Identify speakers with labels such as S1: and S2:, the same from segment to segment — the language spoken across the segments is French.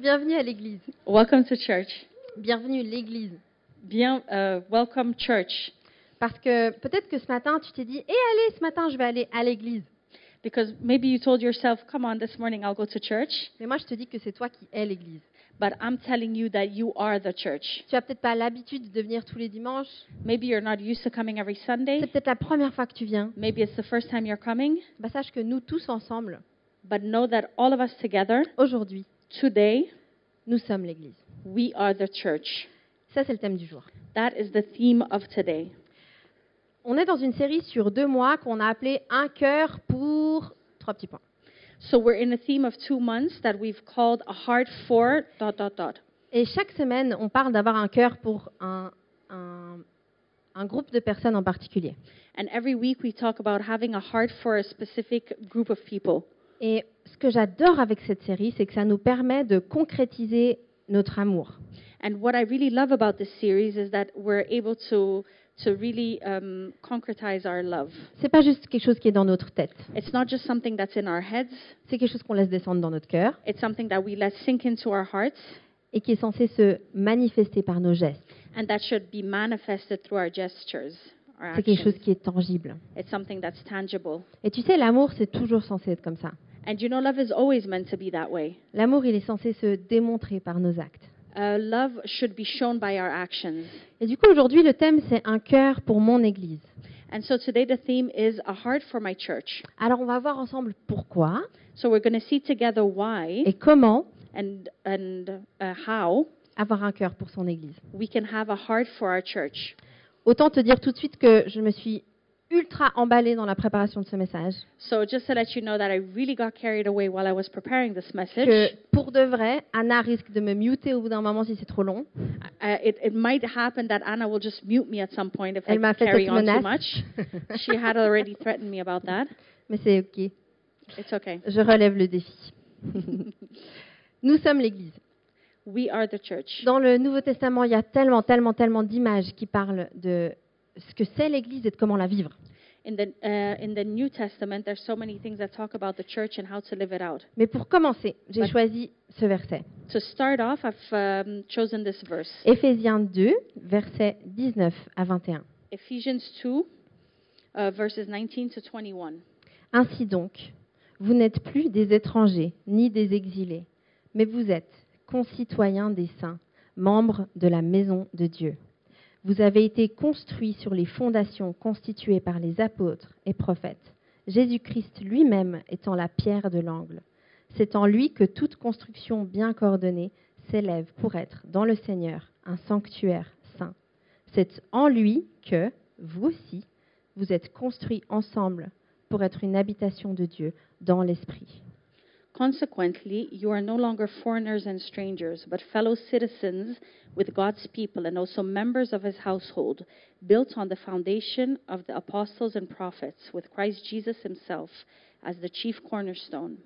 S1: Bienvenue à l'église.
S2: Welcome to church.
S1: Bienvenue à l'église.
S2: Bien, euh, welcome church.
S1: Parce que peut-être que ce matin, tu t'es dit, eh allez, ce matin, je vais aller à l'église.
S2: Because maybe you told yourself, come on, this morning I'll go to church.
S1: Mais moi, je te dis que c'est toi qui es l'église.
S2: But I'm telling you that you are the church.
S1: Tu as peut-être pas l'habitude de venir tous les dimanches.
S2: Maybe you're not used to coming every
S1: C'est
S2: Sunday.
S1: peut-être la première fois que tu viens.
S2: Maybe it's the first time you're coming.
S1: Bah, sache que nous tous ensemble,
S2: But know that all of us together,
S1: aujourd'hui,
S2: today,
S1: nous sommes l'église.
S2: we are the church.
S1: Ça, c'est le thème du jour.
S2: That is the theme of today.
S1: On est dans une série sur deux mois qu'on a appelée Un cœur pour trois petits points.
S2: So we're in a theme of two months that we've called a heart for dot dot dot.
S1: Et chaque semaine, on parle d'avoir un cœur pour un, un- un groupe de personnes en particulier.
S2: And every week we talk about having a heart for a specific group of people.
S1: Et ce que j'adore avec cette série, c'est que ça nous permet de concrétiser notre amour.
S2: And what I really love about this series is that we're able to to really um, concretize our love.
S1: C'est pas juste quelque chose qui est dans notre tête.
S2: It's not just something that's in our heads.
S1: C'est quelque chose qu'on laisse descendre dans notre cœur
S2: It's something that we let sink into our hearts
S1: et qui est censé se manifester par nos gestes.
S2: and that should be manifested through our gestures, our
S1: C'est quelque chose
S2: actions.
S1: qui est tangible.
S2: It's something that's tangible.
S1: Et tu sais, l'amour, c'est toujours censé être comme ça.
S2: And you know, love is always meant to be that way.
S1: L'amour, il est censé se démontrer par nos actes.
S2: Uh, love should be shown by our actions.
S1: Et du coup, aujourd'hui, le thème, c'est un cœur pour mon Église.
S2: And so today the theme is a heart for my church.
S1: Alors, on va voir ensemble pourquoi
S2: So we're going to see together why
S1: et comment
S2: and and uh, how
S1: avoir un cœur pour son Église.
S2: we can have a heart for our church.
S1: Autant te dire tout de suite que je me suis ultra emballée dans la préparation de ce message,
S2: So just to let you know that I really got carried away while I was preparing this message.
S1: que pour de vrai, Anna risque de me muter au bout d'un moment si c'est trop long.
S2: Uh, it, it might happen that Anna will just mute me at some point if
S1: Elle
S2: I
S1: m'a fait
S2: carry
S1: cette
S2: on too
S1: menace.
S2: much. She had already threatened me about that.
S1: Mais c'est OK,
S2: It's okay.
S1: je relève le défi. Nous sommes l'Église.
S2: We are the church.
S1: Dans le Nouveau Testament, il y a tellement, tellement, tellement d'images qui parlent de ce que c'est l'Église et de comment la vivre.
S2: In the uh, in the New Testament, there's so many things that talk about the church and how to live it out.
S1: Mais pour commencer, j'ai
S2: Ouais.
S1: choisi ce verset.
S2: To start off, I've um, chosen this verse,
S1: Éphésiens 2, versets 19 à 21.
S2: Ephesians 2, uh, verses 19 to 21.
S1: Ainsi donc, vous n'êtes plus des étrangers ni des exilés, mais vous êtes concitoyens des saints, membres de la maison de Dieu. Vous avez été construits sur les fondations constituées par les apôtres et prophètes, Jésus-Christ lui-même étant la pierre de l'angle. C'est en lui que toute construction bien coordonnée s'élève pour être, dans le Seigneur, un sanctuaire saint. C'est en lui que, vous aussi, vous êtes construits ensemble pour être une habitation de Dieu dans l'esprit.
S2: Consequently, you are no longer foreigners and strangers, but fellow citizens with God's people and also members of his household, built on the foundation of the apostles and prophets, with Christ Jesus himself as the chief cornerstone.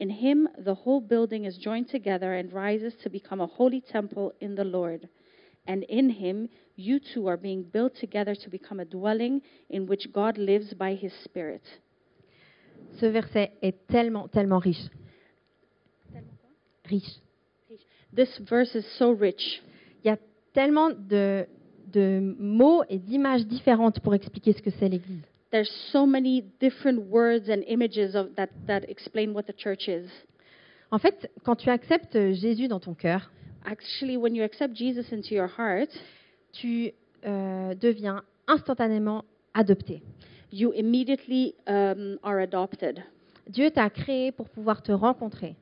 S2: In him, the whole building is joined together and rises to become a holy temple in the Lord. And in him, you two are being built together to become a dwelling in which God lives by his Spirit.
S1: Ce verset est tellement, tellement riche. Riche.
S2: This verse is so rich.
S1: Il y a tellement de, de mots et d'images différentes pour expliquer ce que c'est l'Église.
S2: there's so many different words and images of that, that explain what the church is.
S1: En fait, quand tu acceptes Jésus dans ton cœur,
S2: Actually, when you accept Jesus into your heart,
S1: tu euh, deviens instantanément adopté.
S2: you immediately um, are adopted.
S1: Dieu t'a créé pour pouvoir te rencontrer,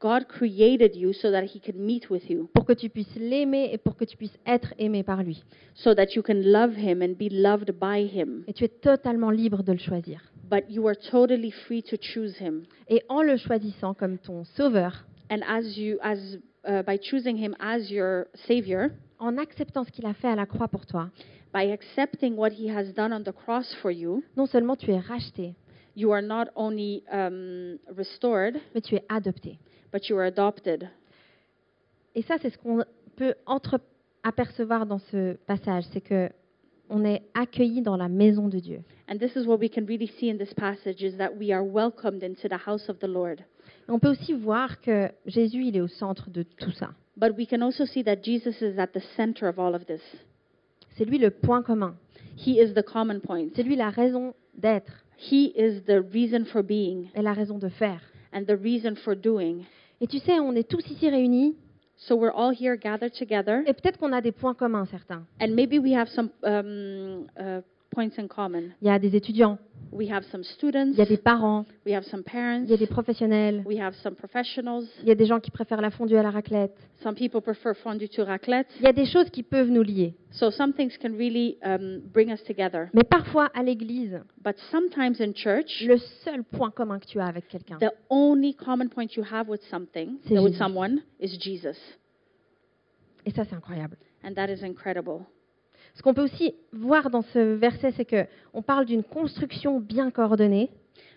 S2: God created you so that He could meet with you,
S1: pour que tu puisses l'aimer et pour que tu puisses être aimé par lui.
S2: so that you can love Him and be loved by Him.
S1: Et tu es totalement libre de le choisir.
S2: But you are totally free to choose Him,
S1: Et en le choisissant comme ton sauveur,
S2: and as you, as uh, by choosing Him as your Savior,
S1: en acceptant ce qu'il a fait à la croix pour toi,
S2: by accepting what He has done on the cross for you,
S1: non seulement tu es racheté,
S2: you are not only um, restored,
S1: mais tu es adopté.
S2: but you are adopted.
S1: Et ça, c'est ce qu'on peut entre apercevoir dans ce passage, c'est que on est accueilli dans la maison de Dieu.
S2: And this is what we can really see in this passage is that we are welcomed into the house of the Lord.
S1: On peut aussi voir que Jésus, il est au centre de tout ça.
S2: But we can also see that Jesus is at the center of all of this.
S1: C'est lui le point commun.
S2: He is the common point.
S1: C'est lui la raison d'être
S2: He is the reason for being
S1: et la raison de faire.
S2: and the reason for doing.
S1: Et tu sais, on est tous ici réunis
S2: So we're all here gathered together,
S1: et peut-être qu'on a des points communs certains.
S2: and maybe we have some um, uh, points in common.
S1: Il y a des étudiants,
S2: We have some
S1: il
S2: students,
S1: y a des parents,
S2: we have some
S1: il
S2: parents,
S1: y a des professionnels,
S2: we have some professionals.
S1: il y a des gens qui préfèrent la fondue à la raclette.
S2: Some people prefer fondue to raclette.
S1: Il y a des choses qui peuvent nous lier.
S2: So some things can really um, bring us together.
S1: Mais parfois, à l'église,
S2: But sometimes in church,
S1: le seul point commun que tu as avec quelqu'un,
S2: the only common point you have with something,
S1: C'est
S2: with
S1: Jésus.
S2: someone, is Jesus.
S1: et ça, c'est incroyable.
S2: And that is incredible.
S1: Ce qu'on peut aussi voir dans ce verset, c'est que on parle d'une construction bien coordonnée.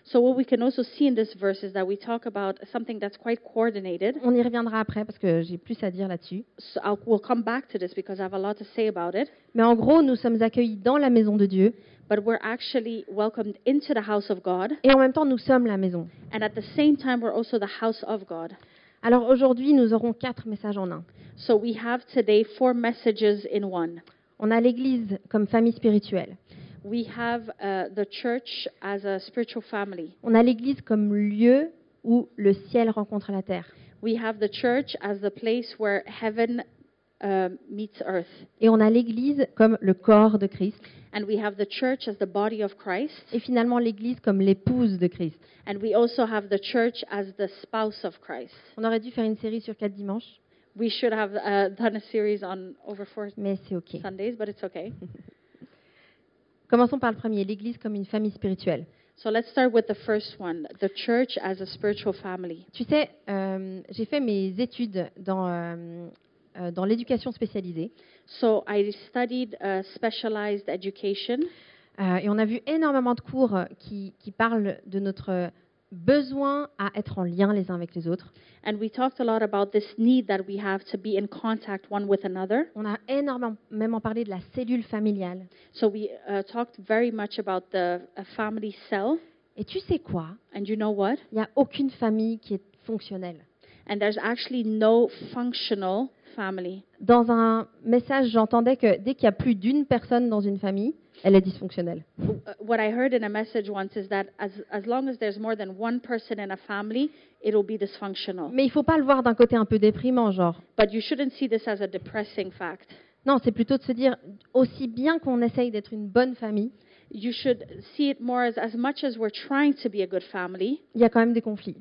S2: So what we can also see in this verse is that we talk about something that's quite coordinated.
S1: On y reviendra après parce que j'ai plus à dire là-dessus.
S2: So I'll, we'll come back to this because I have a lot to say about it.
S1: Mais en gros, nous sommes accueillis dans la maison de Dieu
S2: But we're actually welcomed into the house of God,
S1: et en même temps, nous sommes la maison.
S2: and at the same time, we're also the house of God.
S1: Alors aujourd'hui, nous aurons quatre messages en un.
S2: So we have today four messages in one.
S1: On a l'Église comme famille spirituelle.
S2: We have uh, the church as a spiritual family.
S1: On a l'Église comme lieu où le ciel rencontre la terre.
S2: We have the church as the place where heaven um meets earth.
S1: Et on a l'Église comme le corps de Christ.
S2: And we have the church as the body of Christ.
S1: Et finalement, l'Église comme l'épouse de Christ.
S2: And we also have the church as the spouse of Christ.
S1: On aurait dû faire une série sur quatre dimanches,
S2: We should have uh, done a series on over four
S1: mais c'est OK.
S2: Sundays, but it's okay.
S1: Commençons par le premier, l'Église comme une famille spirituelle.
S2: So let's start with the first one the church as a spiritual family.
S1: Tu sais, euh, j'ai fait mes études dans, euh, euh, dans l'éducation spécialisée
S2: So I studied uh, specialized education,
S1: euh, et on a vu énormément de cours qui, qui parlent de notre besoin à être en lien les uns avec les autres.
S2: and we talked a lot about this need that we have to be in contact one with another.
S1: On a énormément parlé de la cellule familiale.
S2: So we uh, talked very much about the uh, family cell,
S1: Et tu sais quoi
S2: and you know what?
S1: Il n'y a aucune famille qui est fonctionnelle.
S2: And there's actually no functional family.
S1: Dans un message, j'entendais que dès qu'il y a plus d'une personne dans une famille, elle est dysfonctionnelle.
S2: W- uh, What I heard in a message once is that as, as long as there's more than one person in a family, it'll be dysfunctional.
S1: Mais il ne faut pas le voir d'un côté un peu déprimant, genre.
S2: But you shouldn't see this as a depressing fact.
S1: Non, c'est plutôt de se dire, aussi bien qu'on essaye d'être une bonne famille,
S2: You should see it more as as much as we're trying to be a good family,
S1: il y a quand même des conflits,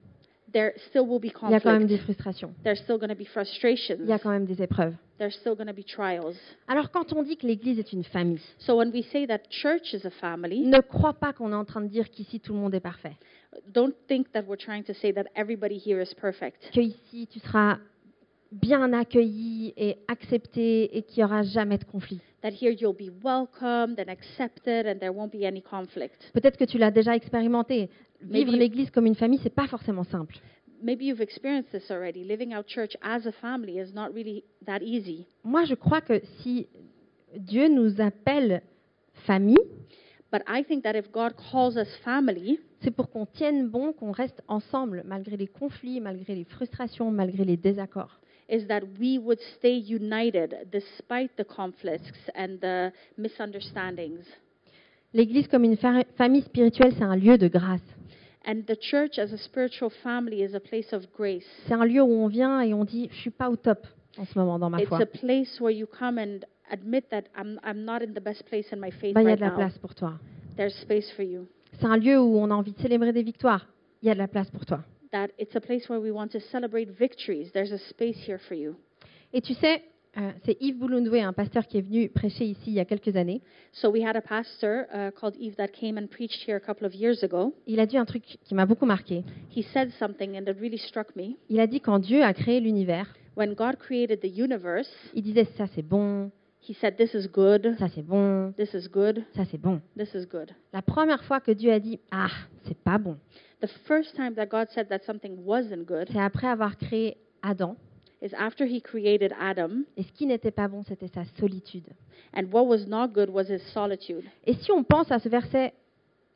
S2: there still will
S1: il y
S2: be
S1: a
S2: conflict.
S1: quand même des frustrations,
S2: There's still going to be
S1: il
S2: frustrations.
S1: y a quand même des épreuves.
S2: There's still going to be trials.
S1: Alors quand on dit que l'Église est une famille,
S2: So when we say that church is a family,
S1: ne crois pas qu'on est en train de dire qu'ici tout le monde est parfait,
S2: don't think that we're trying to say that everybody here is perfect.
S1: que ici tu seras bien accueilli et accepté et qu'il n'y aura jamais de conflit.
S2: That here you'll be welcomed and accepted and there won't be any conflict.
S1: Peut-être que tu l'as déjà expérimenté.
S2: Mais
S1: Vivre
S2: dis-
S1: l'Église comme une famille, c'est pas forcément simple.
S2: Maybe you've experienced this already. Living out church as a family is not really that easy.
S1: Moi, je crois que si Dieu nous appelle famille,
S2: But I think that if God calls us family,
S1: C'est pour qu'on tienne bon, qu'on reste ensemble malgré les conflits, malgré les frustrations, malgré les désaccords.
S2: is that we would stay united despite the conflicts and the misunderstandings.
S1: L'Église comme une fa- famille spirituelle, c'est un lieu de grâce.
S2: And the church as a spiritual family is a place of grace.
S1: C'est un lieu où on vient et on dit, je suis pas au top en ce moment dans ma
S2: It's
S1: foi.
S2: a place where you come and admit that I'm, I'm not in the best place in my faith
S1: Ben, il y a
S2: right
S1: de la
S2: now.
S1: place pour toi.
S2: There's space for you.
S1: C'est un lieu où on a envie de célébrer des victoires. Il y a de la place pour toi.
S2: That it's a place where we want to celebrate victories. There's a space here for you.
S1: Et tu sais, euh, c'est Yves Boulundoué, un pasteur qui est venu prêcher ici il y a quelques années.
S2: So we had a pastor uh, called Eve that came and preached here a couple of years ago.
S1: Il a dit un truc qui m'a beaucoup marqué.
S2: He said something and it really struck me.
S1: Il a dit quand Dieu a créé l'univers,
S2: When God created the universe,
S1: il disait ça c'est bon,
S2: he said, "This is good.
S1: ça c'est bon,
S2: This is good.
S1: ça c'est bon.
S2: This is good."
S1: La première fois que Dieu a dit Ah, c'est pas bon,
S2: The first time that God said that something wasn't good
S1: c'est après avoir créé Adam.
S2: is after he created Adam,
S1: Et ce qui n'était pas bon, c'était sa solitude.
S2: and what was not good was his solitude.
S1: Et si on pense à ce verset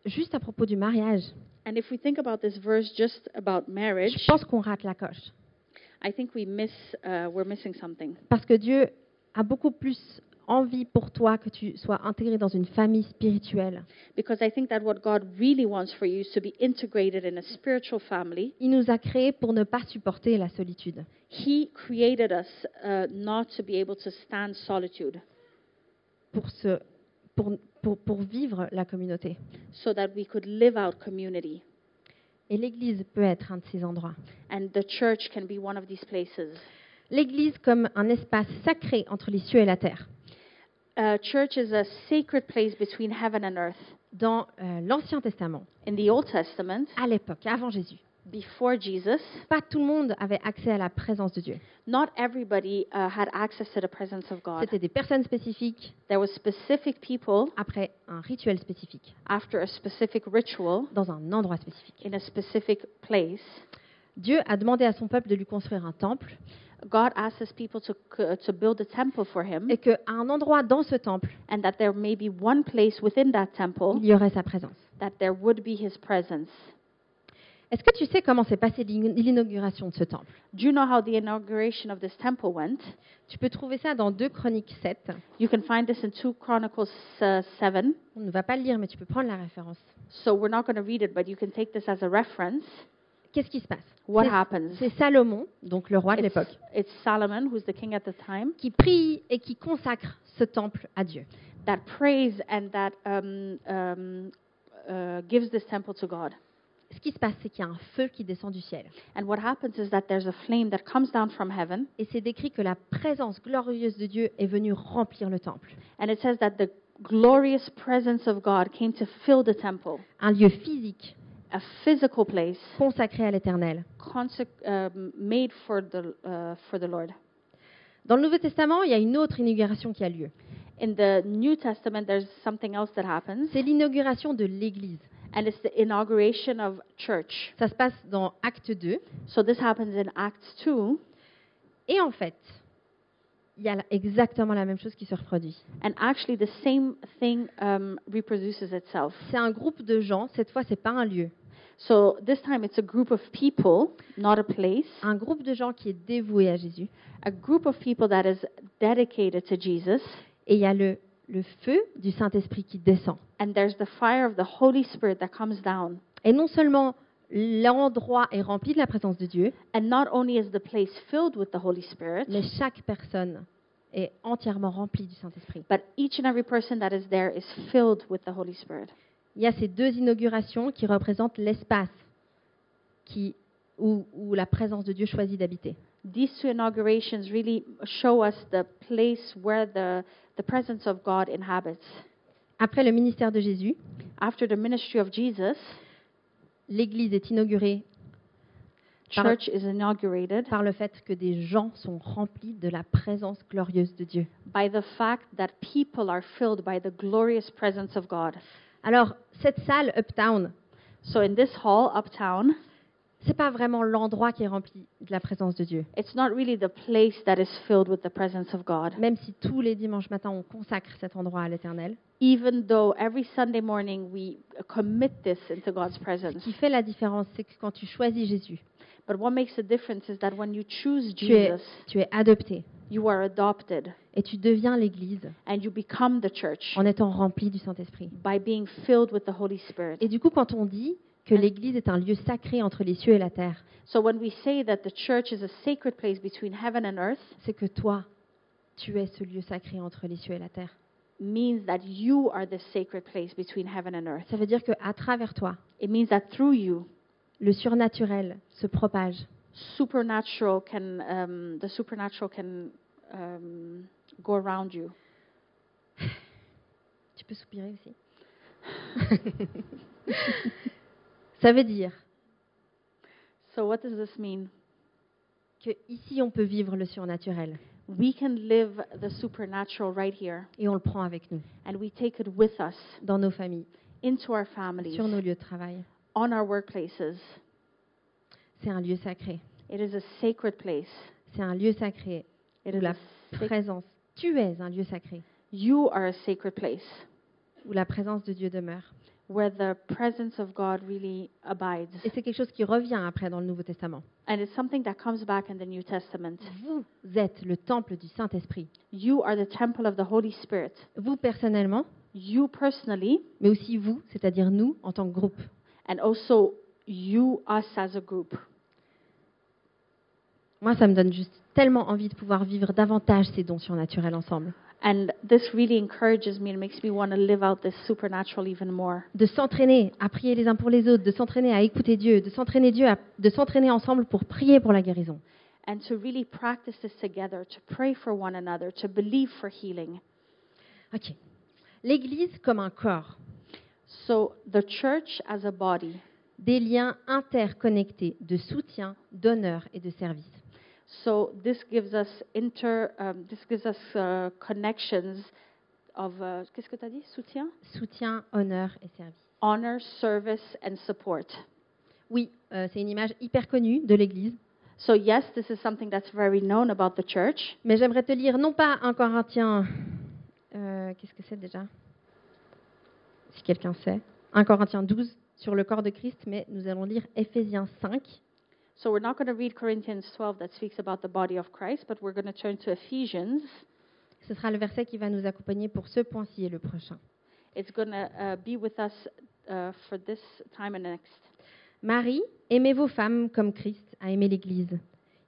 S1: juste à propos du mariage,
S2: And if we think about this verse just about marriage,
S1: Je pense qu'on rate la coche.
S2: I think we miss, uh, we're missing something.
S1: Parce que Dieu a beaucoup plus envie pour toi que tu sois intégré dans une famille spirituelle.
S2: Because I think that what God really wants for you is to be integrated in a spiritual family.
S1: Il nous a créés pour ne pas supporter la solitude.
S2: He created us uh, not to be able to stand solitude
S1: pour, se- pour, pour- pour vivre la communauté.
S2: so that we could live out community.
S1: Et l'Église peut être un de ces endroits.
S2: And the church can be one of these places.
S1: L'Église comme un espace sacré entre les cieux et la terre.
S2: Uh, church is a sacred place between heaven and earth.
S1: Dans euh, l'Ancien Testament,
S2: In the Old Testament,
S1: à l'époque, avant Jésus,
S2: before Jesus,
S1: pas tout le monde avait accès à la présence de Dieu.
S2: not everybody uh, had access to the presence of God.
S1: C'était des personnes spécifiques,
S2: There were specific people
S1: après un rituel spécifique,
S2: after a specific ritual
S1: dans un endroit spécifique.
S2: in a specific place.
S1: Dieu a demandé à son peuple de lui construire un temple
S2: God asks his people to, c- to build a temple for him,
S1: et qu'à un endroit dans ce temple,
S2: and that there may be one place within that
S1: il
S2: temple
S1: y aurait sa présence.
S2: that there would be his presence.
S1: Est-ce que tu sais comment s'est passée l'in- l'inauguration de ce temple
S2: Do you know how the inauguration of this temple went?
S1: Tu peux trouver ça dans 2 Chroniques 7.
S2: You can find this in 2 Chronicles uh, 7.
S1: On ne va pas le lire, mais tu peux prendre la référence.
S2: So we're not going to read it, but you can take this as a reference.
S1: Qu'est-ce qui se passe
S2: What
S1: C'est-
S2: happens?
S1: C'est Salomon, donc le roi de
S2: It's,
S1: l'époque,
S2: it's Solomon, who's the king at the time,
S1: qui prie et qui consacre ce temple à Dieu.
S2: that prays and that um, um, uh, gives this temple to God.
S1: Ce qui se passe, c'est qu'il y a un feu qui descend du ciel.
S2: And what happens is that there's a flame that comes down from heaven,
S1: Et c'est décrit que la présence glorieuse de Dieu est venue remplir le temple.
S2: and it says that the glorious presence of God came to fill the temple,
S1: Un lieu physique
S2: a physical place
S1: consacré à l'éternel.
S2: consec- um, made for the, uh, for the Lord.
S1: Dans le Nouveau Testament, il y a une autre inauguration qui a lieu.
S2: In the New Testament, there's something else that happens,
S1: C'est l'inauguration de l'Église.
S2: and it's the inauguration of church.
S1: Ça se passe dans Acte 2.
S2: So this happens in Acts 2,
S1: Et en fait, il y a exactement la même chose qui se reproduit.
S2: and actually the same thing um, reproduces itself.
S1: C'est un groupe de gens, cette fois, c'est pas un lieu.
S2: So this time it's a group of people, not a place,
S1: Un groupe de gens qui est dévoué à Jésus.
S2: a group of people that is dedicated to Jesus,
S1: Et il y a le, le feu du Saint-Esprit qui descend.
S2: and there's the fire of the Holy Spirit that comes down.
S1: Et non seulement l'endroit est rempli de la présence de Dieu,
S2: And not only is the place filled with the Holy Spirit,
S1: mais chaque personne est entièrement remplie du Saint-Esprit.
S2: but each and every person that is there is filled with the Holy Spirit.
S1: Il y a ces deux inaugurations qui représentent l'espace qui, où, où la présence de Dieu choisit d'habiter.
S2: These two inaugurations really show us the place where the, the presence of God inhabits.
S1: Après le ministère de Jésus,
S2: After the ministry of Jesus,
S1: l'Église est inaugurée Par-
S2: church is inaugurated
S1: par le fait que des gens sont remplis de la présence glorieuse de Dieu.
S2: by the fact that people are filled by the glorious presence of God.
S1: Alors, cette salle Uptown,
S2: So in this hall uptown,
S1: c'est pas vraiment l'endroit qui est rempli de la présence de Dieu.
S2: it's not really the place that is filled with the presence of God.
S1: Même si tous les dimanches matins on consacre cet endroit à l'Éternel,
S2: Even though every Sunday morning we commit this into God's
S1: ce
S2: presence.
S1: qui fait la différence, c'est que quand tu choisis Jésus,
S2: But what makes a difference is that when you choose
S1: tu es,
S2: Jesus,
S1: tu es adopté
S2: you are adopted
S1: et tu deviens l'Église
S2: and you become the church
S1: en étant rempli du Saint-Esprit.
S2: by being filled with the Holy Spirit.
S1: Et du coup, quand on dit que l'Église est un lieu sacré entre les cieux et la terre,
S2: So when we say that the church is a sacred place between heaven and earth,
S1: c'est que toi, tu es ce lieu sacré entre les cieux et la terre.
S2: means that you are the sacred place between heaven and earth.
S1: Ça veut dire qu'à travers toi,
S2: It means that through you,
S1: le surnaturel se propage.
S2: supernatural can um, the supernatural can um, go around you.
S1: Tu peux soupirer aussi. Ça veut dire
S2: So what does this mean?
S1: que ici on peut vivre le surnaturel
S2: We can live the supernatural right here,
S1: et on le prend avec nous
S2: and we take it with us
S1: dans nos familles,
S2: into our families,
S1: sur nos lieux de travail.
S2: on our workplaces.
S1: C'est un lieu sacré.
S2: It is a sacred place.
S1: C'est un lieu sacré
S2: It
S1: où
S2: is a
S1: la
S2: sac-
S1: présence. Tu es un lieu sacré
S2: you are a sacred place
S1: où la présence de Dieu demeure.
S2: where the presence of God really abides.
S1: Et c'est quelque chose qui revient après dans le Nouveau Testament.
S2: And it's something that comes back in the New Testament.
S1: Vous êtes le temple du Saint-Esprit.
S2: You are the temple of the Holy Spirit.
S1: Vous personnellement,
S2: You personally,
S1: mais aussi vous, c'est-à-dire nous en tant que groupe.
S2: and also you, us as a group.
S1: Moi, ça me donne juste tellement envie de pouvoir vivre davantage ces dons surnaturels ensemble.
S2: And this really encourages me and makes me want to live out this supernatural even more.
S1: De s'entraîner à prier les uns pour les autres, de s'entraîner à écouter Dieu, de s'entraîner Dieu, à- de s'entraîner ensemble pour prier pour la guérison.
S2: And to really practice this together, to pray for one another, to believe for healing.
S1: Ok. L'Église comme un corps,
S2: So the church as a body,
S1: des liens interconnectés de soutien, d'honneur et de service.
S2: So this gives us inter, um, this gives us uh, connections of uh, qu'est-ce que t'as dit? Soutien,
S1: Soutien, honneur et service.
S2: honor, service, and support.
S1: Oui, euh, c'est une image hyper connue de l'Église,
S2: So yes, this is something that's very known about the church.
S1: mais j'aimerais te lire non pas un Corinthien. euh, Qu'est-ce que c'est déjà Si quelqu'un sait. Un Corinthien 12 sur le corps de Christ, mais nous allons lire Éphésiens 5.
S2: So we're not going to read Corinthians 12 that speaks about the body of Christ, but we're going to turn to Ephesians.
S1: Ce sera le verset qui va nous accompagner pour ce point-ci et le prochain.
S2: It's going to uh, be with us uh, for this time and next.
S1: Marie, aimez vos femmes comme Christ a aimé l'Église.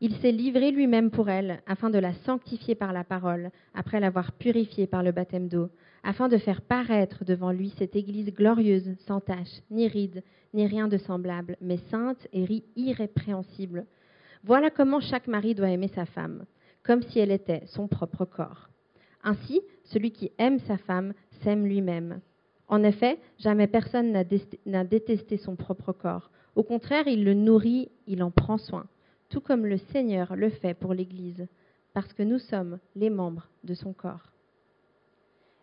S1: Il s'est livré lui-même pour elle, afin de la sanctifier par la parole, après l'avoir purifiée par le baptême d'eau, afin de faire paraître devant lui cette Église glorieuse, sans tache, ni ride, ni rien de semblable, mais sainte et ri- irrépréhensible. Voilà comment chaque mari doit aimer sa femme, comme si elle était son propre corps. Ainsi, celui qui aime sa femme s'aime lui-même. En effet, jamais personne n'a dest- n'a détesté son propre corps. Au contraire, il le nourrit, il en prend soin, tout comme le Seigneur le fait pour l'Église, parce que nous sommes les membres de son corps.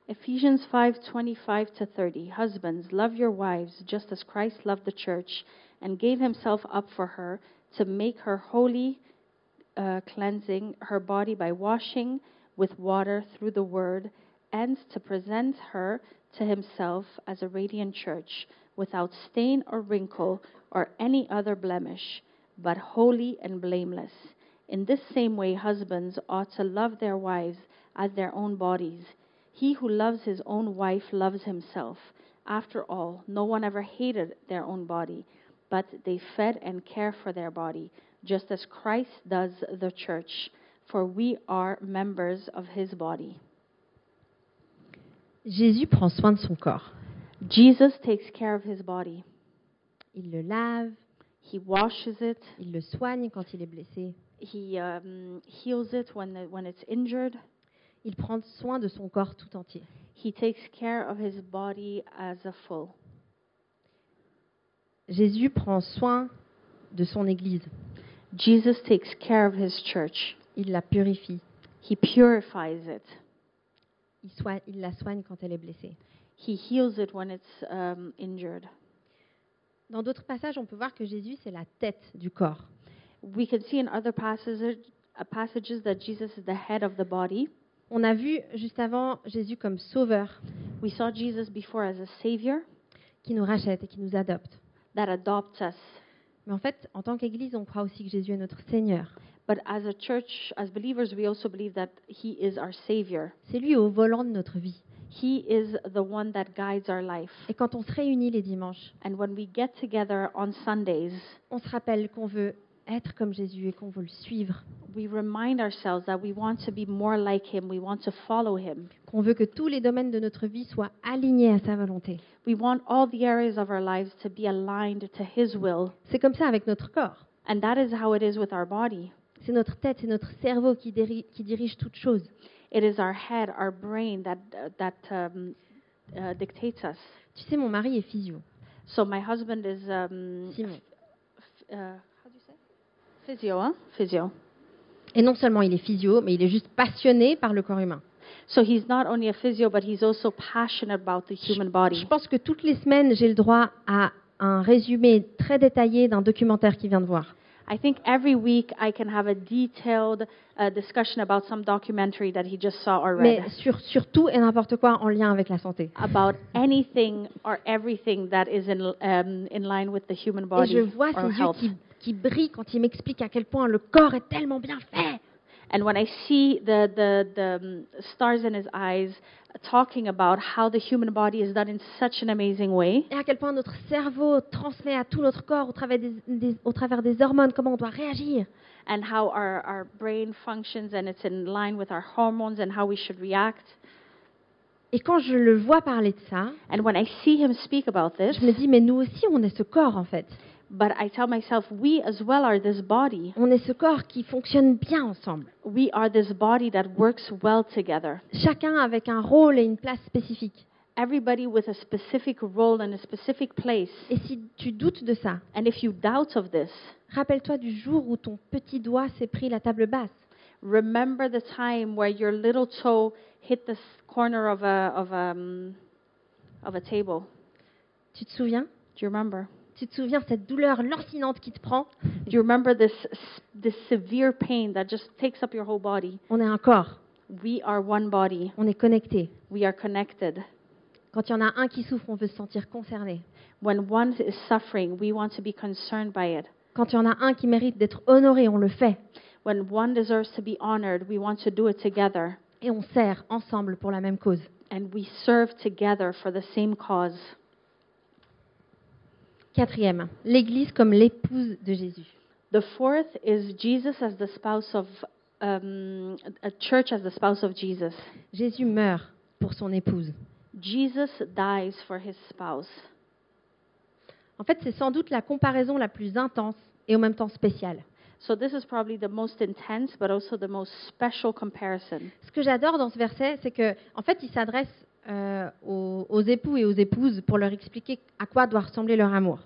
S2: Ephesians 5:25 to 30 Husbands love your wives just as Christ loved the church and gave himself up for her to make her holy uh, cleansing her body by washing with water through the word and to present her to himself as a radiant church without stain or wrinkle or any other blemish but holy and blameless in this same way husbands ought to love their wives as their own bodies he who loves his own wife loves himself. After all, no one ever hated their own body, but they fed and care for their body, just as Christ does the church, for we are members of his body.
S1: Jésus prend soin de son corps.
S2: Jesus takes care of his body.
S1: Il le lave,
S2: He washes it,
S1: il le soigne quand il est blessé,
S2: he um, heals it when, the, when it's injured.
S1: il prend soin de son corps tout entier.
S2: He takes care of his body as a full.
S1: Jésus prend soin de son Église.
S2: Jesus takes care of his church.
S1: Il la purifie,
S2: He purifies it.
S1: il, soigne- il la soigne quand elle est blessée.
S2: He heals it when it's um, injured.
S1: Dans d'autres passages, on peut voir que Jésus, c'est la tête du corps.
S2: We can see in other passages, uh, passages that Jesus is the head of the body.
S1: On a vu juste avant Jésus comme sauveur
S2: We saw Jesus before as a savior
S1: qui nous rachète et qui nous adopte.
S2: that adopts us.
S1: Mais en fait, en tant qu'Église, on croit aussi que Jésus est notre Seigneur.
S2: But as a church, as believers, we also believe that He is our Savior.
S1: C'est lui au volant de notre vie.
S2: He is the one that guides our life.
S1: Et quand on se réunit les dimanches,
S2: And when we get together on Sundays,
S1: on se rappelle qu'on veut être comme Jésus et qu'on veut le suivre,
S2: we remind ourselves that we want to be more like Him. We want to follow Him.
S1: qu'on veut que tous les domaines de notre vie soient alignés à sa volonté.
S2: We want all the areas of our lives to be aligned to His will.
S1: C'est comme ça avec notre corps.
S2: And that is how it is with our body.
S1: C'est notre tête, c'est notre cerveau qui, déri- qui dirige toute chose.
S2: It is our head, our brain that that um, uh, dictates us.
S1: Tu sais, mon mari est physio,
S2: So my husband is um,
S1: Simon.
S2: f- uh, how do you say? Physio, huh? Physio.
S1: Et non seulement il est physio, mais il est juste passionné par le corps humain.
S2: So he's not only a physio, but he's also passionate about the human body.
S1: Je pense que toutes les semaines, j'ai le droit à un résumé très détaillé d'un documentaire qu'il vient de voir.
S2: I think every week I can have a detailed uh, discussion about some documentary that he just saw or read.
S1: mais sur, sur tout et n'importe quoi en lien avec la santé.
S2: about anything or everything that is in um, in line with the human
S1: Et
S2: body
S1: je vois
S2: or
S1: ses yeux
S2: health.
S1: qui, qui brillent quand il m'explique à quel point le corps est tellement bien fait.
S2: And when I see the the, the um, stars in his eyes uh, talking about how the human body is done in such an amazing way,
S1: Et à quel point notre cerveau transmet à tout notre corps au travers des, des- au travers des hormones comment on doit réagir.
S2: and how our our brain functions and it's in line with our hormones and how we should react.
S1: Et quand je le vois parler de ça,
S2: And when I see him speak about this,
S1: je me dis, mais nous aussi, on est ce corps en fait.
S2: but I tell myself, we as well are this body.
S1: On est ce corps qui fonctionne bien ensemble.
S2: We are this body that works well together.
S1: Chacun avec un rôle et une place spécifique.
S2: Everybody with a specific role and a specific place.
S1: Et si tu doutes de ça,
S2: And if you doubt of this,
S1: rappelle-toi du jour où ton petit doigt s'est pris la table basse.
S2: remember the time where your little toe hit the s- corner of a of a um, of a table.
S1: Tu te souviens
S2: Do you remember?
S1: Tu te souviens cette douleur lancinante qui te prend
S2: Do you remember this s- this severe pain that just takes up your whole body?
S1: On est un corps,
S2: We are one body.
S1: on est connecté.
S2: We are connected.
S1: Quand il y en a un qui souffre, on veut se sentir concerné.
S2: When one is suffering, we want to be concerned by it.
S1: Quand il y en a un qui mérite d'être honoré, on le fait.
S2: When one deserves to be honored, we want to do it together.
S1: Et on sert ensemble pour la même cause.
S2: And we serve together for the same cause.
S1: Quatrième, l'Église comme l'épouse de Jésus.
S2: The fourth is Jesus as the spouse of um, a church as the spouse of Jesus.
S1: Jésus meurt pour son épouse.
S2: Jesus dies for his spouse.
S1: En fait, c'est sans doute la comparaison la plus intense et en même temps spéciale.
S2: So this is probably the most intense, but also the most special comparison.
S1: Ce que j'adore dans ce verset, c'est que, en fait, il s'adresse euh, aux, aux époux et aux épouses pour leur expliquer à quoi doit ressembler leur amour.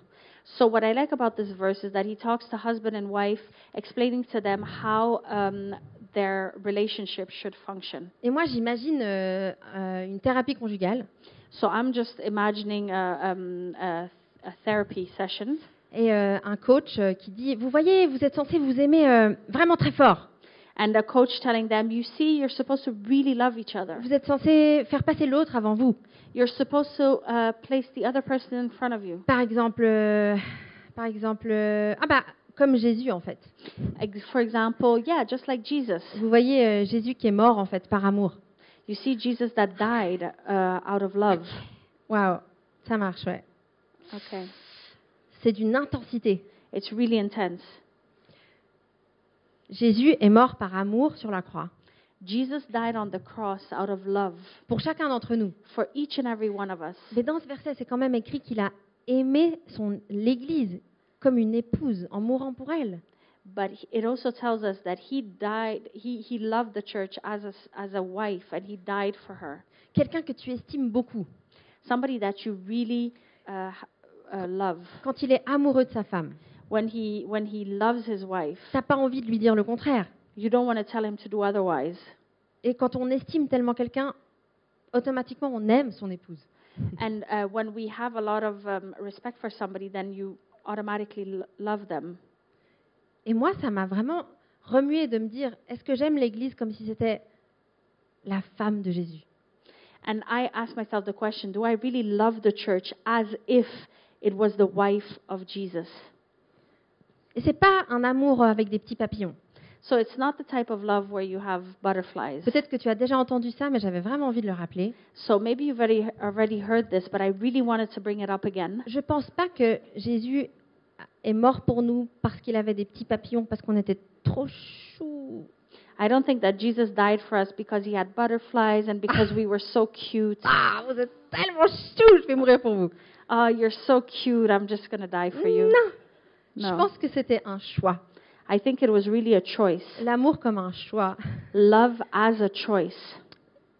S2: So what I like about this verse is that he talks to husband and wife, explaining to them how um, their relationship should function.
S1: Et moi, j'imagine euh, euh, une thérapie conjugale.
S2: So I'm just imagining a, um, a, a therapy session
S1: Et euh, un coach euh, qui dit, vous voyez, vous êtes censé vous aimer euh, vraiment très fort.
S2: and a coach telling them, "You see, you're supposed to really love each other."
S1: Vous êtes censé faire passer l'autre avant vous.
S2: You're supposed to uh, place the other person in front of you.
S1: Par exemple, euh, par exemple, euh, ah bah comme Jésus en fait.
S2: Ex- For example, yeah, just like Jesus.
S1: Vous voyez euh, Jésus qui est mort en fait par amour.
S2: You see Jesus that died uh, out of love.
S1: Waouh, ça marche ouais.
S2: Okay.
S1: C'est d'une intensité.
S2: It's really intense.
S1: Jésus est mort par amour sur la croix
S2: Jesus died on the cross out of love
S1: pour chacun d'entre nous.
S2: for each and every one of us.
S1: Mais dans ce verset, c'est quand même écrit qu'il a aimé son l'Église comme une épouse en mourant pour elle.
S2: But he- it also tells us that he died, he, he loved the church as a, s- as a wife and he died for her.
S1: Quelqu'un que tu estimes beaucoup.
S2: Somebody that you really uh, h- uh, love.
S1: Quand il est amoureux de sa femme,
S2: When he, when he loves his wife,
S1: t'as pas envie de lui dire le contraire.
S2: you don't want to tell him to do otherwise.
S1: Et quand on estime tellement quelqu'un, automatiquement on aime son épouse.
S2: And uh, when we have a lot of um, respect for somebody, then you automatically l- love them.
S1: Et moi, ça m'a vraiment remué de me dire, est-ce que j'aime l'Église comme si c'était la femme de Jésus
S2: And I ask myself the question do I really love the church as if it was the wife of Jesus?
S1: Et c'est pas un amour avec des petits papillons.
S2: So it's not the type of love where you have butterflies.
S1: Peut-être que tu as déjà entendu ça, mais j'avais vraiment envie de le rappeler.
S2: So maybe you've already, already heard this, but I really wanted to bring it up again.
S1: Je pense pas que Jésus est mort pour nous parce qu'il avait des petits papillons, parce qu'on était trop choux.
S2: I don't think that Jesus died for us because he had butterflies and because we were so cute.
S1: Ah, vous êtes tellement choux, je vais mourir pour vous.
S2: Oh, you're so cute. I'm just going to die for you.
S1: Non, je
S2: No.
S1: pense que c'était un choix.
S2: I think it was really a choice.
S1: L'amour comme un choix
S2: Love as a choice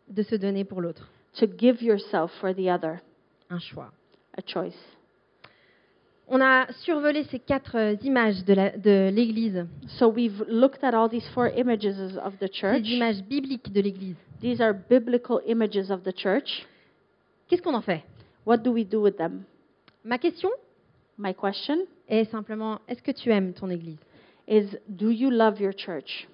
S1: de se donner pour l'autre.
S2: to give yourself for the other,
S1: Un choix.
S2: a choice.
S1: On a survolé ces quatre euh, images de la- de l'Église,
S2: So we've looked at all these four images of the
S1: ces
S2: church.
S1: images bibliques de l'Église.
S2: These are biblical images of the church.
S1: Qu'est-ce qu'on en fait
S2: What do we do with them?
S1: Ma question
S2: My question
S1: est simplement, est-ce que tu aimes ton Église
S2: is do you love your church?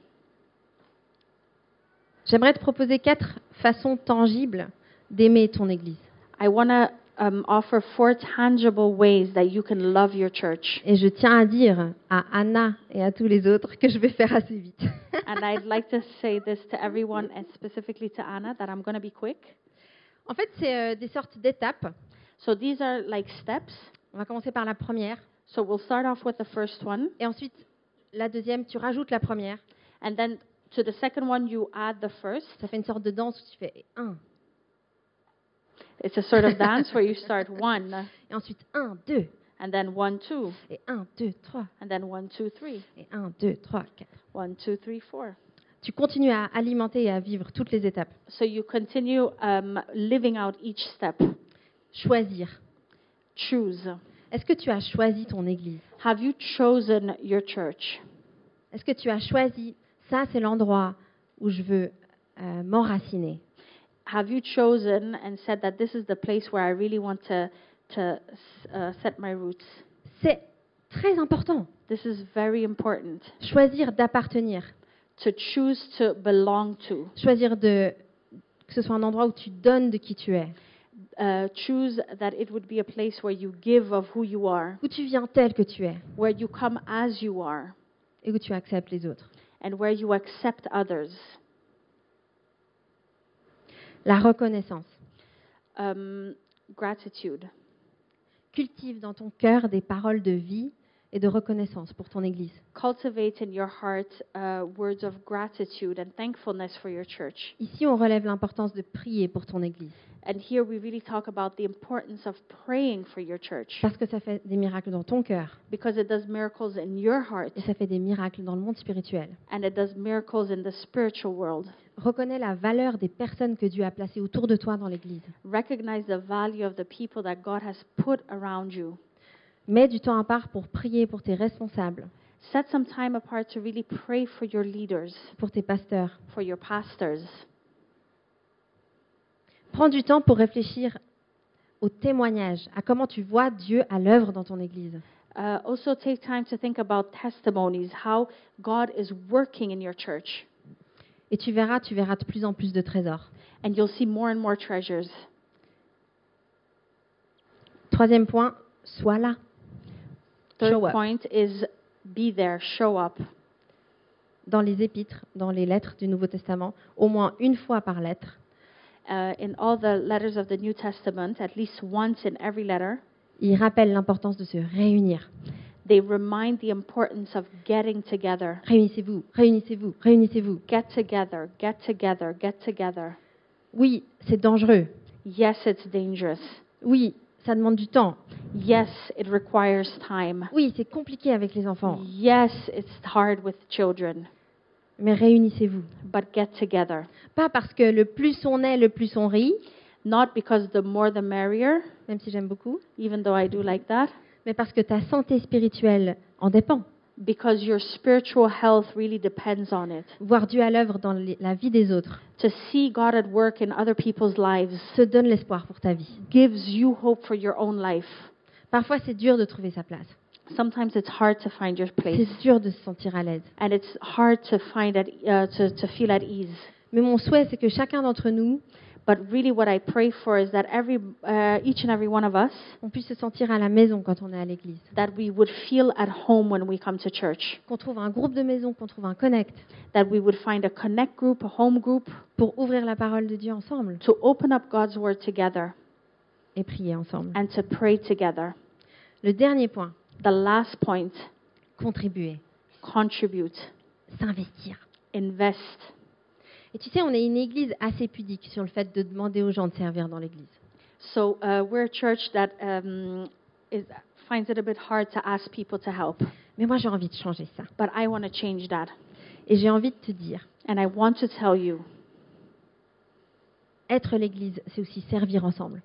S1: J'aimerais te proposer quatre façons tangibles d'aimer ton Église.
S2: I want to um, offer four tangible ways that you can love your church.
S1: Et je tiens à dire à Anna et à tous les autres que je vais faire assez vite.
S2: And I'd like to say this to everyone and specifically to Anna that I'm going to be quick.
S1: en fait, c'est euh, des sortes d'étapes.
S2: So these are like steps.
S1: On va commencer par la première.
S2: So we'll start off with the first one.
S1: Et ensuite, la deuxième, tu rajoutes la première.
S2: And then to the second one, you add the first.
S1: Ça fait une sorte de danse où tu fais un.
S2: It's a sort of dance where you start one
S1: Et ensuite, un, deux.
S2: and then one, two,
S1: Et un, deux, trois.
S2: and then one, two, three,
S1: Et un, deux, trois, quatre.
S2: one, two, three, four.
S1: Tu continues à alimenter et à vivre toutes les étapes.
S2: So you continue um, living out each step.
S1: Choisir.
S2: Choose.
S1: Est-ce que tu as choisi ton Église
S2: Have you chosen your church?
S1: Est-ce que tu as choisi ça, c'est l'endroit où je veux euh, m'enraciner
S2: Have you chosen and said that this is the place where I really want to, to s- uh, set my roots?
S1: C'est très important.
S2: This is very important
S1: Choisir d'appartenir.
S2: to choose to belong to,
S1: Choisir de que ce soit un endroit où tu donnes de qui tu es.
S2: uh, choose that it would be a place where you give of who you are,
S1: Où tu viens tel que tu es
S2: where you come as you are,
S1: et où tu acceptes les autres.
S2: and where you accept others.
S1: La reconnaissance.
S2: Um, gratitude.
S1: Cultive dans ton cœur des paroles de vie et de reconnaissance pour ton Église.
S2: Cultivate in your heart uh, words of gratitude and thankfulness for your church.
S1: Ici, on relève l'importance de prier pour ton Église
S2: And here we really talk about the importance of praying for your church
S1: parce que ça fait des miracles dans ton cœur
S2: because it does miracles in your heart
S1: et ça fait des miracles dans le monde spirituel.
S2: and it does miracles in the spiritual world.
S1: Reconnais la valeur des personnes que Dieu a placées autour de toi dans l'Église.
S2: Recognize the value of the people that God has put around you.
S1: Mets du temps à part pour prier pour tes responsables,
S2: Set some time apart to really pray for your leaders,
S1: pour tes pasteurs.
S2: for your pastors.
S1: Prends du temps pour réfléchir au témoignage, à comment tu vois Dieu à l'œuvre dans ton Église.
S2: Uh, also, take time to think about testimonies, how God is working in your church.
S1: Et tu verras, tu verras de plus en plus de trésors.
S2: And you'll see more and more treasures.
S1: Troisième point, sois là.
S2: Third
S1: Show up.
S2: point is be there, show up.
S1: Dans les épîtres, dans les lettres du Nouveau Testament, au moins une fois par lettre,
S2: uh, in all the letters of the New Testament, at least once in every letter,
S1: il rappelle l'importance de se réunir.
S2: they remind the importance of getting together.
S1: Réunissez-vous, réunissez-vous, réunissez-vous.
S2: Get together, get together, get together.
S1: Oui, c'est dangereux.
S2: Yes, it's dangerous.
S1: Oui, ça demande du temps.
S2: Yes, it requires time.
S1: Oui, c'est compliqué avec les enfants.
S2: Yes, it's hard with children,
S1: Mais réunissez-vous.
S2: but get together.
S1: Pas parce que le plus on est, le plus on rit,
S2: Not because the more the merrier,
S1: même si j'aime beaucoup,
S2: even though I do like that,
S1: mais parce que ta santé spirituelle en dépend.
S2: because your spiritual health really depends on it.
S1: Voir Dieu à l'œuvre dans les- la vie des autres
S2: To see God at work in other people's lives
S1: te donne l'espoir pour ta vie.
S2: gives you hope for your own life.
S1: Parfois, c'est dur de trouver sa place.
S2: sometimes it's hard to find your place
S1: C'est dur de se sentir à l'aise.
S2: and it's hard to find at, uh, to, to feel at ease
S1: Mais mon souhait, c'est que chacun d'entre nous,
S2: but really what i pray for is that every uh, each and every one of us
S1: on puisse se sentir à la maison quand on est à l'église.
S2: that we would feel at home when we come to church
S1: Qu'on trouve un groupe de maison, qu'on trouve un connect
S2: that we would find a connect group a home group
S1: pour ouvrir la parole de Dieu ensemble
S2: to open up god's word together
S1: et prier ensemble.
S2: and to pray together
S1: Le dernier point,
S2: the last point
S1: contribuer,
S2: contribute
S1: s'investir.
S2: invest
S1: Et tu sais, on est une église assez pudique sur le fait de demander aux gens de servir dans l'église.
S2: so uh, we're a church that um, is, finds it a bit hard to ask people to help
S1: Mais moi, j'ai envie de changer ça.
S2: but i want to change that
S1: Et j'ai envie de te dire,
S2: And I want to tell you
S1: être l'église, c'est aussi servir ensemble.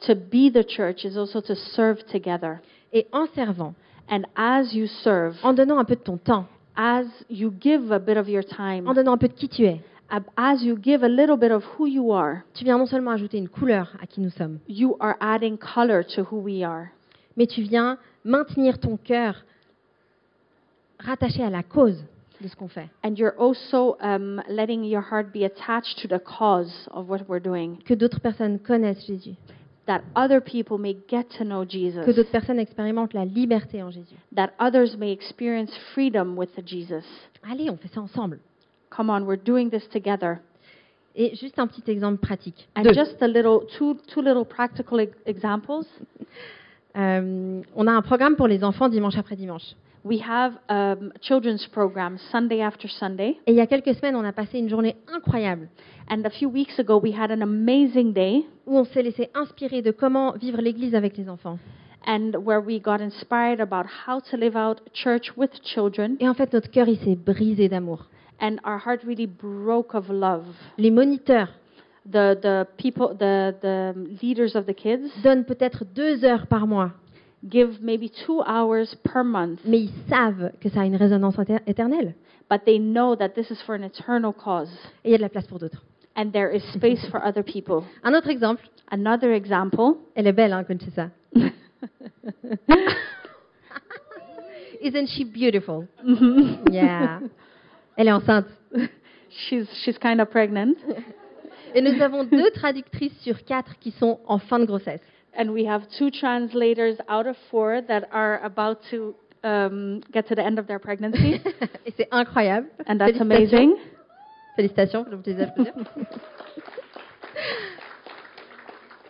S2: to be the church is also to serve together.
S1: Et en servant,
S2: And as you serve,
S1: en donnant un peu de ton temps,
S2: as you give a bit of your time,
S1: en donnant un peu de qui tu es,
S2: ab- as you give a little bit of who you are,
S1: tu viens non seulement ajouter une couleur à qui nous sommes,
S2: you are adding color to who we are.
S1: mais tu viens maintenir ton cœur rattaché à la cause de ce qu'on fait.
S2: And you're also um, letting your heart be attached to the cause of what we're doing,
S1: Que d'autres personnes connaissent Jésus.
S2: that other people may get to know Jesus,
S1: Que d'autres personnes expérimentent la liberté en Jésus.
S2: that others may experience freedom with Jesus.
S1: Allez, on fait ça ensemble.
S2: Come on, we're doing this together.
S1: Et juste un petit exemple pratique.
S2: And
S1: Deux.
S2: just a little, two, two little practical e- examples.
S1: Euh, on a un programme pour les enfants dimanche après dimanche.
S2: We have um, children's programs Sunday after Sunday,
S1: Et il y a quelques semaines, on a passé une journée incroyable
S2: and a few weeks ago we had an amazing day,
S1: où on s'est laissé inspirer de comment vivre l'Église avec les enfants.
S2: and where we got inspired about how to live out church with children,
S1: Et en fait, notre cœur, il s'est brisé d'amour.
S2: and our heart really broke of love.
S1: Les moniteurs
S2: The the people, the the leaders of the kids
S1: donnent peut-être deux heures par mois,
S2: give maybe two hours per month,
S1: mais ils savent que ça a une résonance inter- éternelle.
S2: but they know that this is for an eternal cause,
S1: Et il y a de la place pour d'autres.
S2: and there is space for other people.
S1: Un autre exemple,
S2: Another example.
S1: elle est belle, hein, Conchita. Isn't she beautiful?
S2: Mm-hmm.
S1: Yeah. Elle est enceinte.
S2: She's she's kind of pregnant.
S1: Et nous avons deux traductrices sur quatre qui sont en fin de grossesse.
S2: And we have two translators out of four that are about to um, get to the end of their pregnancy.
S1: Et c'est incroyable.
S2: and that's
S1: Félicitations.
S2: amazing.
S1: Félicitations, je vous les applaudis.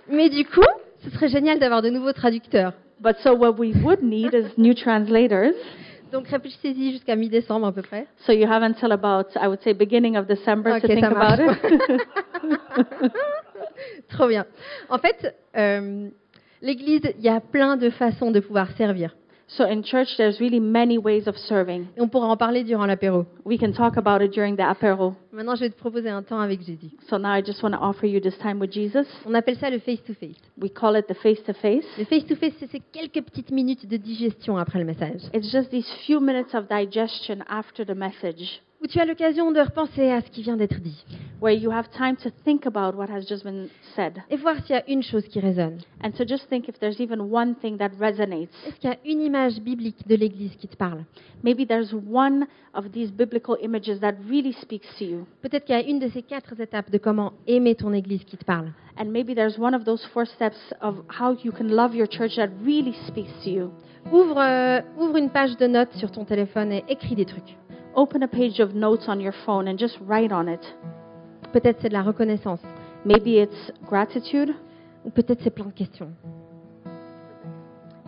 S1: Mais du coup, ce serait génial d'avoir de nouveaux traducteurs.
S2: But so, what we would need is new translators.
S1: Donc réfléchissez-y jusqu'à mi-décembre à peu près.
S2: So, you have until about, I would say, beginning of December to think about it.
S1: Trop bien. En fait, euh, l'Église, il y a plein de façons de pouvoir servir.
S2: so, in church, there's really many ways of serving.
S1: Et on pourra en parler durant l'apéro.
S2: We can talk about it during the apéro.
S1: Maintenant, je vais te proposer un temps avec Jésus.
S2: So, now I just want to offer you this time with Jesus.
S1: On appelle ça le face-to-face.
S2: We call it the face to face.
S1: Le face-to-face, c'est ces quelques petites minutes de digestion après le message.
S2: It's just these few minutes of digestion after the message
S1: Où tu as l'occasion de repenser à ce qui vient d'être dit.
S2: where you have time to think about what has just been said.
S1: Et voir s'il y a une chose qui résonne.
S2: And so just think if there's even one thing that resonates.
S1: Est-ce qu'il y a une image biblique de l'Église qui te parle
S2: Maybe there's one of these biblical images that really speaks to you.
S1: Peut-être qu'il y a une de ces quatre étapes de comment aimer ton Église qui te parle.
S2: And maybe there's one of those four steps of how you can love your church that really speaks to you.
S1: Ouvre, euh, ouvre une page de notes sur ton téléphone et écris des trucs.
S2: Open a page of notes on your phone and just write on it.
S1: Peut-être c'est de la reconnaissance,
S2: Maybe it's gratitude,
S1: ou peut-être c'est plein de questions.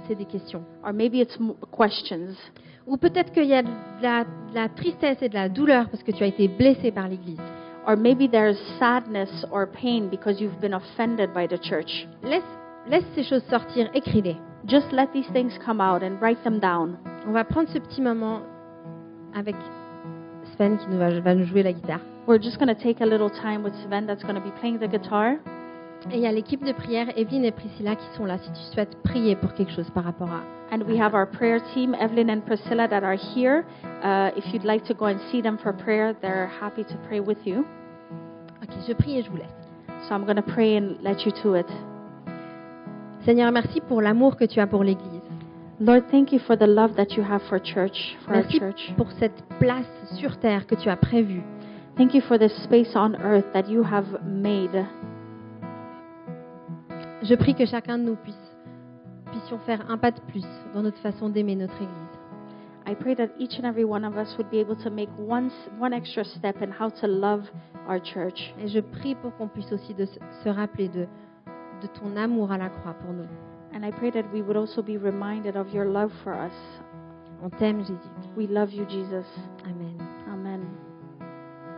S1: C'est des questions.
S2: or maybe it's m- questions,
S1: Ou peut-être qu'il y a de la, de la tristesse et de la douleur parce que tu as été blessé par l'Église.
S2: or maybe there's sadness or pain because you've been offended by the church.
S1: Laisse, laisse ces choses sortir, écris-les.
S2: Just let these things come out and write them down.
S1: On va prendre ce petit moment avec Sven qui nous va, va nous jouer la guitare.
S2: We're just going to take a little time with Sven that's going to be playing the guitar.
S1: Et il y a l'équipe de prière, Evelyne et Priscilla, qui sont là si tu souhaites prier pour quelque chose par rapport à.
S2: And we have our prayer team, Evelyn and Priscilla, that are here. Uh, if you'd like to go and see them for prayer, they're happy to pray with you.
S1: Ok, je prie et je vous laisse.
S2: So I'm going to pray and let you to it.
S1: Seigneur, merci pour l'amour que tu as pour l'Église.
S2: Lord, thank you for the love that you have for church, for our
S1: Merci
S2: church.
S1: pour cette place sur terre que tu as prévue.
S2: Thank you for this space on earth that you have made.
S1: Je prie que chacun de nous puisse puissions faire un pas de plus dans notre façon d'aimer notre Église.
S2: I pray that each and every one of us would be able to make one, s- one extra step in how to love our church.
S1: Et je prie pour qu'on puisse aussi de se se rappeler de, de ton amour à la croix pour nous.
S2: And I pray that we would also be reminded of your love for us.
S1: On t'aime, Jésus.
S2: We love you, Jesus.
S1: Amen.
S2: Amen.